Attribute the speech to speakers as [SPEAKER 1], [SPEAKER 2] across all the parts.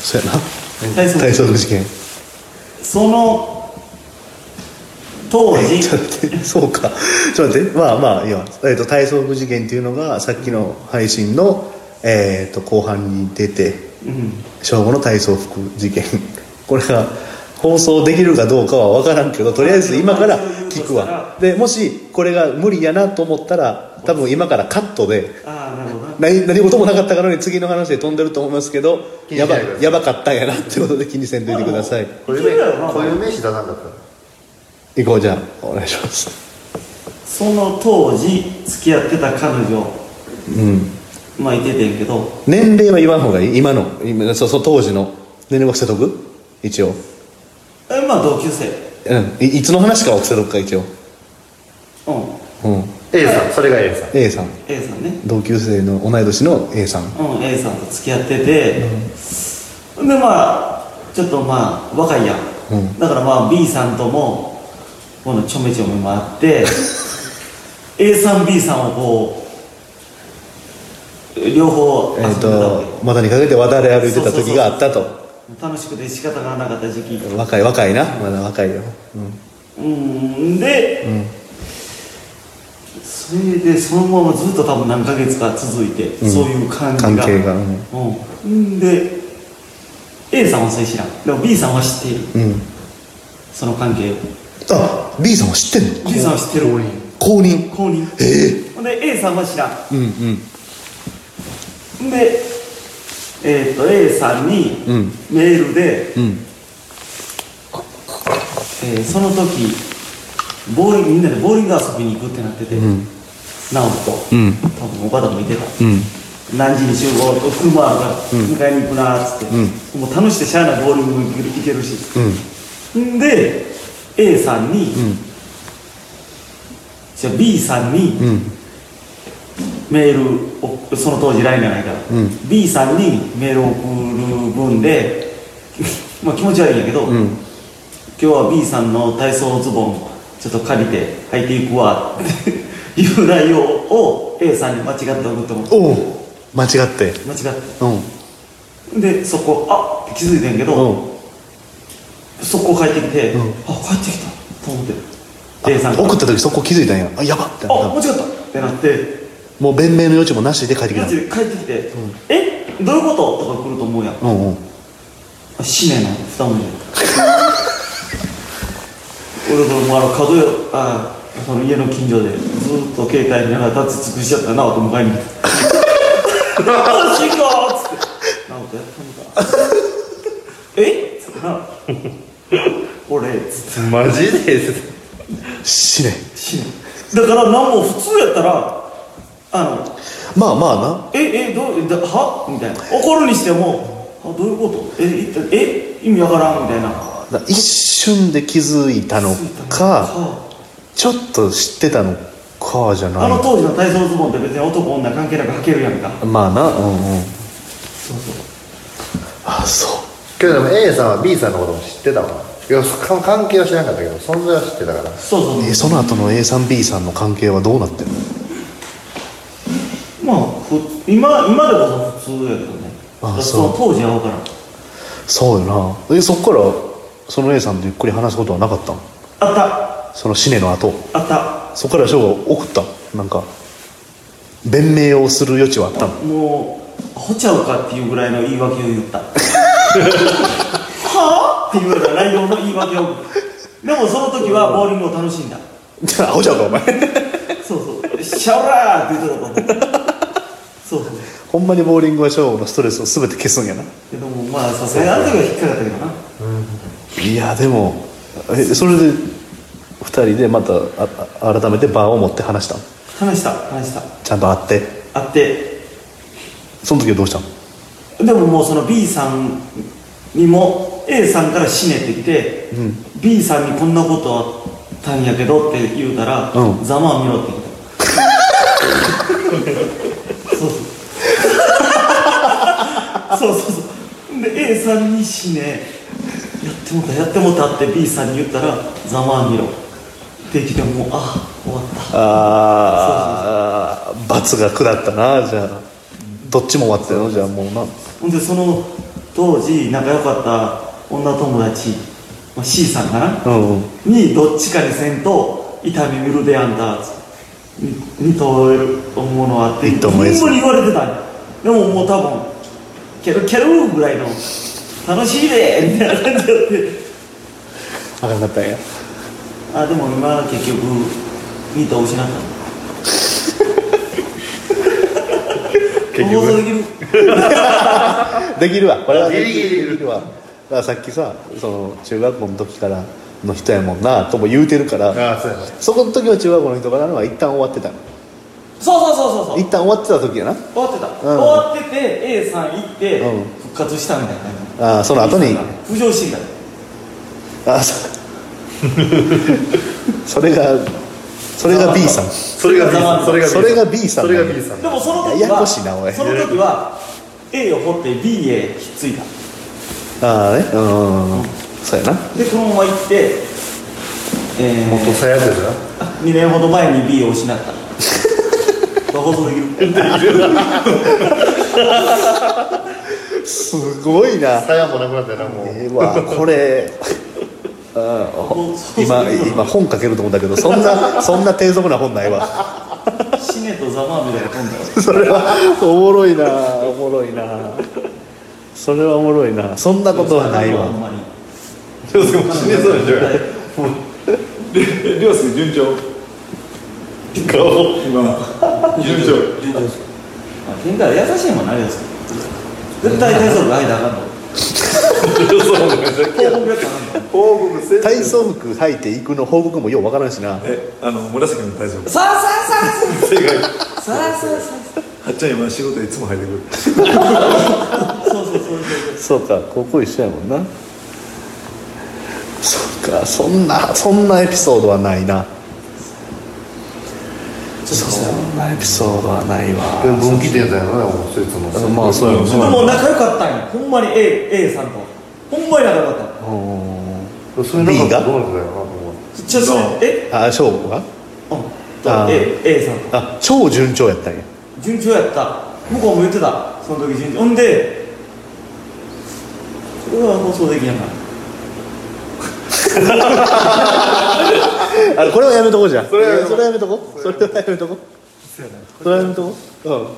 [SPEAKER 1] そうやな
[SPEAKER 2] 体操
[SPEAKER 1] 体操服事件
[SPEAKER 2] その当時
[SPEAKER 1] ちょっと待って そうかちょっと待ってまあまあいいわ、えー、と体操服事件っていうのがさっきの配信の、えー、と後半に出て
[SPEAKER 2] うん
[SPEAKER 1] 正午の体操服事件これが放送できるかどうかは分からんけどとりあえず今から聞くわでもしこれが無理やなと思ったら多分今からカットで
[SPEAKER 2] ああなるほどな
[SPEAKER 1] 何何事もなかったからに次の話で飛んでると思いますけど
[SPEAKER 3] 気に
[SPEAKER 1] や
[SPEAKER 3] し
[SPEAKER 1] ば
[SPEAKER 3] ないでください
[SPEAKER 1] やばかったんやなってことで気にせんといてください
[SPEAKER 3] こういう
[SPEAKER 2] いけるやろな
[SPEAKER 3] 名こういう名詞出さんかったら
[SPEAKER 1] 行こうじゃあお願いします
[SPEAKER 2] その当時付き合ってた彼女
[SPEAKER 1] うん
[SPEAKER 2] まあいててんけど
[SPEAKER 1] 年齢は言わん方がいい今の今そうそう当時の年齢は伏せとく一応
[SPEAKER 2] えまあ同級生
[SPEAKER 1] うんいいつの話かは伏せとくか一応
[SPEAKER 2] うん
[SPEAKER 1] うん
[SPEAKER 3] A さんそれが A さん
[SPEAKER 1] A さん
[SPEAKER 2] A さんね
[SPEAKER 1] 同級生の同い年の A さん
[SPEAKER 2] うん A さんと付き合ってて、でまあちょっとまあ若いやん、
[SPEAKER 1] うん
[SPEAKER 2] だからまあ B さんともこのちょめちょめもあって A さん B さんをこう両方遊
[SPEAKER 1] え
[SPEAKER 2] ん
[SPEAKER 1] っ、
[SPEAKER 2] でたわ
[SPEAKER 1] と股にかけて渡り歩いてた時があったと
[SPEAKER 2] け楽しくて仕方がなかった時期
[SPEAKER 1] 若い若いなまだ若いよ、う
[SPEAKER 2] うんで、
[SPEAKER 1] ん
[SPEAKER 2] それでそのままずっと多分何ヶ月か続いて、
[SPEAKER 1] ん
[SPEAKER 2] そういう感
[SPEAKER 1] ん、
[SPEAKER 2] じ
[SPEAKER 1] 関
[SPEAKER 2] が
[SPEAKER 1] 係がうん、
[SPEAKER 2] うんで A さんはそれ知らんでも B さんは知っている
[SPEAKER 1] うん、
[SPEAKER 2] その関係を
[SPEAKER 1] あ B さんは知ってんの
[SPEAKER 2] B さんは知ってる
[SPEAKER 1] 公
[SPEAKER 3] 公認
[SPEAKER 1] 認
[SPEAKER 2] 公認
[SPEAKER 1] え
[SPEAKER 2] ほんで A さんは知らん
[SPEAKER 1] えうん
[SPEAKER 2] んでえっと A さんに
[SPEAKER 1] うん
[SPEAKER 2] メールで、
[SPEAKER 1] うんうん
[SPEAKER 2] えーその時ボーリングみんなでボーリング遊びに行くってなってて、
[SPEAKER 1] ん
[SPEAKER 2] 直人と、
[SPEAKER 1] うん
[SPEAKER 2] 多分岡田もいてた、
[SPEAKER 1] うん
[SPEAKER 2] 何時に集合と車あるから迎えに行くなっつって、もう楽しくてしゃあないボーリングも行ける行けるし、
[SPEAKER 1] うん
[SPEAKER 2] んで A さんに、
[SPEAKER 1] ん
[SPEAKER 2] じゃあ B さんに
[SPEAKER 1] うん
[SPEAKER 2] メールをその当時 LINE がないから、
[SPEAKER 1] うん
[SPEAKER 2] B さんにメールを送る分で まあ気持ち悪いんやけど、
[SPEAKER 1] うん
[SPEAKER 2] 今日は B さんの体操ズボンちょっと借りて履いていくわっていう内容を A さんに間違って送ってもらった
[SPEAKER 1] おう間違って
[SPEAKER 2] 間違っ
[SPEAKER 1] うん
[SPEAKER 2] てでそこあって気づいてんけど、
[SPEAKER 1] うん
[SPEAKER 2] 速攻帰ってきて、
[SPEAKER 1] うん
[SPEAKER 2] あ帰ってきたと思って A さんが
[SPEAKER 1] 送った時そこ気づいたんやあやばってな
[SPEAKER 2] あ間
[SPEAKER 1] っ
[SPEAKER 2] 違ったってなって
[SPEAKER 1] たもう弁明の余地もなしで帰ってき
[SPEAKER 2] マ
[SPEAKER 1] た
[SPEAKER 2] ジで帰ってきて「えどういうこと?」とか来ると思うやん
[SPEAKER 1] うんうん
[SPEAKER 2] あ使命なんだ二文字 やん俺これもうあの角屋あその家の近所でずっと携帯見ながら立ち尽くしちゃったなと迎えに来て「あ進行!」っつって「なおとやったのか」えっつって な「俺」っつって
[SPEAKER 3] マジで
[SPEAKER 1] 死ね
[SPEAKER 2] しないだからなんも普通やったらあの
[SPEAKER 1] まあまあ
[SPEAKER 2] ええどうだはみたいな怒るにしてもあどういうことえ一体え意味わからんみたいな
[SPEAKER 1] なだ一瞬で気づいたのか
[SPEAKER 2] は
[SPEAKER 1] ちょっと知ってたのかじゃ
[SPEAKER 2] あ
[SPEAKER 1] な
[SPEAKER 2] あの
[SPEAKER 1] い
[SPEAKER 2] 当時の体操ズボンって別に男女関係なく履けるやんか
[SPEAKER 1] まあなうんうん
[SPEAKER 2] そうそう
[SPEAKER 1] あそ
[SPEAKER 3] けどでも A さんは B さんのことも知ってたわいやそか関係は知らなかったけど存在は知ってたから
[SPEAKER 2] そうそう
[SPEAKER 1] うえその後の A さん B さんの関係はどうなってるの
[SPEAKER 2] まあふ今今でこそ普通やけどね
[SPEAKER 1] あ
[SPEAKER 2] だから
[SPEAKER 1] そう
[SPEAKER 2] その当時はわからん
[SPEAKER 1] そうよなえそっからその A さんとゆっくり話すことはなかったの
[SPEAKER 2] あ
[SPEAKER 1] その死ねの後
[SPEAKER 2] ったあっ
[SPEAKER 1] そっから翔が送ったのなんか弁明をする余地はあったの
[SPEAKER 2] たもうほちゃうかっていうぐらいの言い訳を言ったはあっていうような内容の言い訳をでもその時はボーリングを楽しんだ
[SPEAKER 1] あおじゃうかお前
[SPEAKER 2] そうそう、シャオラーって言ってたと思う。そうそう。
[SPEAKER 1] ほんまにボーリングは翔のストレスを全て消すんやな
[SPEAKER 2] けども、まあ、さすがにあの時は引っかかったけどな。
[SPEAKER 1] いやでもえそれで2人でまたああ改めて場を持って話したの
[SPEAKER 2] 話した、話した。
[SPEAKER 1] ちゃんと会って
[SPEAKER 2] あって、
[SPEAKER 1] その時はどうしたの
[SPEAKER 2] でももうその B さんにも A さんから締めてきて、B さんにこんなことあったんやけどって言うたら
[SPEAKER 1] う、ん
[SPEAKER 2] ざまあ見ろって 言った。そうそう。そうそうそう。で、A さんに締め、やってもうた、やってもうたって B さんに言ったら、ざまあ見ろ。ってきて、もう、あ、終わった。
[SPEAKER 1] あー罰が下ったなじゃあどっちも終わってるのじゃあもうな
[SPEAKER 2] ほんでその当時仲良かった女友達、まあ、C さんかな
[SPEAKER 1] うんうん
[SPEAKER 2] にどっちかにせんと痛み見るであんたにと思うのはって
[SPEAKER 1] いいと
[SPEAKER 2] ほん
[SPEAKER 1] 思
[SPEAKER 2] ま
[SPEAKER 1] います
[SPEAKER 2] に言われてたんよでももう多分ケロケロぐらいの楽しいでみたいな感じだって
[SPEAKER 1] あかんかったんや
[SPEAKER 2] あでも今結局ミートを失った
[SPEAKER 3] 結
[SPEAKER 2] 放送できる
[SPEAKER 3] 局
[SPEAKER 1] できるわこれは
[SPEAKER 3] ギリギリ
[SPEAKER 1] できるわだからさっきさその中学校の時からの人やもんなとも言うてるから
[SPEAKER 3] ああそうやな
[SPEAKER 1] そこの時は中学校の人からのは一旦終わってた
[SPEAKER 2] そうそうそうそうそう
[SPEAKER 1] 一旦終わってた時やな
[SPEAKER 2] 終わってた、
[SPEAKER 1] うん
[SPEAKER 2] 終わってて A さん行って
[SPEAKER 1] うん
[SPEAKER 2] 復活したみたいな感じ
[SPEAKER 1] あーその後に
[SPEAKER 2] 浮上してきた
[SPEAKER 1] あそう それがそれが B さん
[SPEAKER 3] それが B さんそれが B さん
[SPEAKER 1] それが B さん
[SPEAKER 3] それが B さん
[SPEAKER 2] でもその時は
[SPEAKER 1] ややこしいなおい
[SPEAKER 2] その時は A を掘って B へひっついた
[SPEAKER 1] ああねうんうんうんうんそうやな
[SPEAKER 2] でこのまま行って、え
[SPEAKER 3] もっと
[SPEAKER 2] ー、
[SPEAKER 3] 最悪でしょ
[SPEAKER 2] 2年ほど前に B を失った放送できる
[SPEAKER 1] すごいな
[SPEAKER 3] さやもなくなったよなもう
[SPEAKER 1] ええわこれあー今今本書けると思ったけどそんなそんな低俗な本ないわ
[SPEAKER 2] シネとザマーベルが飛んだ
[SPEAKER 1] それはおもろいなおもろいなそれはおもろいなそんなことはない
[SPEAKER 2] ほん
[SPEAKER 1] わ
[SPEAKER 2] まに
[SPEAKER 4] りょうすけも死ねそうでしょりょうすけ順調顔今順調
[SPEAKER 2] 順調ですまあ喧嘩は優しいもんなあれです絶対大丈夫間あか んの報告やったらあかんの
[SPEAKER 4] 報告せず
[SPEAKER 1] 体操服履いていくの報告もようわからんしな
[SPEAKER 4] えあの紫の体操
[SPEAKER 2] さあさあ
[SPEAKER 4] 正解
[SPEAKER 2] さあさあさあさあ
[SPEAKER 4] はっちゃん今仕事いつも入ってくる
[SPEAKER 2] そうそうそう
[SPEAKER 1] そ
[SPEAKER 2] そう
[SPEAKER 1] うか高校一緒やもんなそうかそんなそんなエピソードはないなそんなエピソードはないわ
[SPEAKER 3] 分岐点だよなもうそいつも
[SPEAKER 1] あまあそうやろ
[SPEAKER 4] で
[SPEAKER 1] そ
[SPEAKER 2] で
[SPEAKER 1] うや
[SPEAKER 2] も
[SPEAKER 1] ろ
[SPEAKER 2] 仲良かったんやほんまに A, A さんとほんまに仲良かった
[SPEAKER 1] うん
[SPEAKER 3] そういうの
[SPEAKER 1] B が
[SPEAKER 3] がどうなんだよなもう
[SPEAKER 2] ちょっとえ
[SPEAKER 1] あ翔吾が
[SPEAKER 2] うん
[SPEAKER 1] あー
[SPEAKER 2] A, A さんと
[SPEAKER 1] あ超順調やったんや
[SPEAKER 2] 順調やった向こうも言ってたその時順調ほんでこれは放送できやんから
[SPEAKER 1] あれこれはやめとこうじゃんそ
[SPEAKER 4] れはやめとこう
[SPEAKER 1] やめとこうそれはやめとこうそれはやめとこううん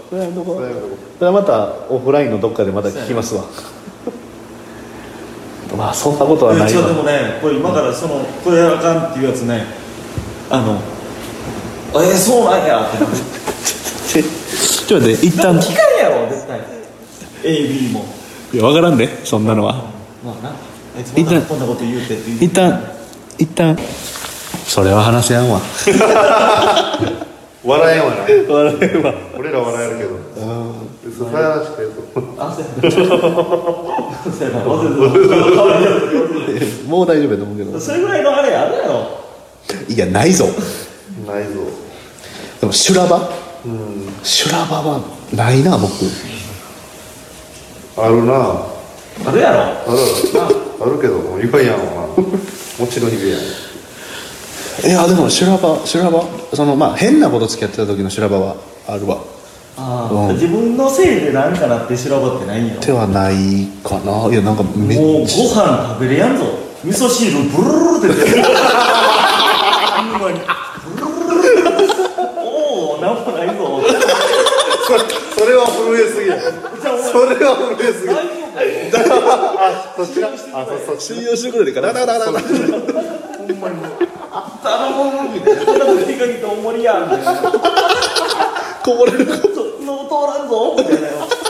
[SPEAKER 1] それはやめとこう
[SPEAKER 3] それはやめとこ
[SPEAKER 1] それはまたオフラインのどっかでまた聞きますわまあそんなことはない
[SPEAKER 2] いや違うで
[SPEAKER 1] わ
[SPEAKER 2] もねこれ今からそのこれあかんっていうやつねあのえー、そうなんやってなる
[SPEAKER 1] ちちょっと待って一
[SPEAKER 2] でも
[SPEAKER 1] 旦
[SPEAKER 2] 機械やろ絶対 AB も
[SPEAKER 1] いや分からんでそんなのは
[SPEAKER 2] まあなあいつもなんかこんなこと言うてって言う
[SPEAKER 1] 一旦一旦それは話せやんわ
[SPEAKER 3] 笑えんわな
[SPEAKER 1] 笑えんわ
[SPEAKER 3] 俺ら笑えるけどそれはしてる
[SPEAKER 2] あそうやなそうやな忘れてた
[SPEAKER 1] もう大丈夫やと思うけ ど
[SPEAKER 2] それぐらいのあれあるやろ
[SPEAKER 1] いやないぞ
[SPEAKER 3] 内臓
[SPEAKER 1] でも修羅場修羅場はないな僕
[SPEAKER 3] あるなあ
[SPEAKER 2] あるやろ
[SPEAKER 3] るあるけどもう言わんやんわもちろん日々やん
[SPEAKER 1] いやでも修羅場修羅場そのまあ変なこと付き合ってた時の修羅場はあるわ
[SPEAKER 2] あ
[SPEAKER 1] ー
[SPEAKER 2] 自分のせいでなんかなって調ばってないんやろ
[SPEAKER 1] 手はないかないやなんかめ
[SPEAKER 2] もうご
[SPEAKER 1] っち
[SPEAKER 2] 飯食べれやんぞ味噌汁ブルルルって出てるほんまにブルルルルおおなんもないぞ
[SPEAKER 3] それは震 えすぎや
[SPEAKER 2] じゃあお前
[SPEAKER 3] それは震えすぎ
[SPEAKER 2] 大丈夫かよ
[SPEAKER 3] そちらあそそ
[SPEAKER 1] ゃ信用してくれるかなだだだだ
[SPEAKER 2] 頼むみたいなそんなこと言いかけておもりやみたいな
[SPEAKER 1] こぼれる
[SPEAKER 2] ちょっと喉通らんぞみたいな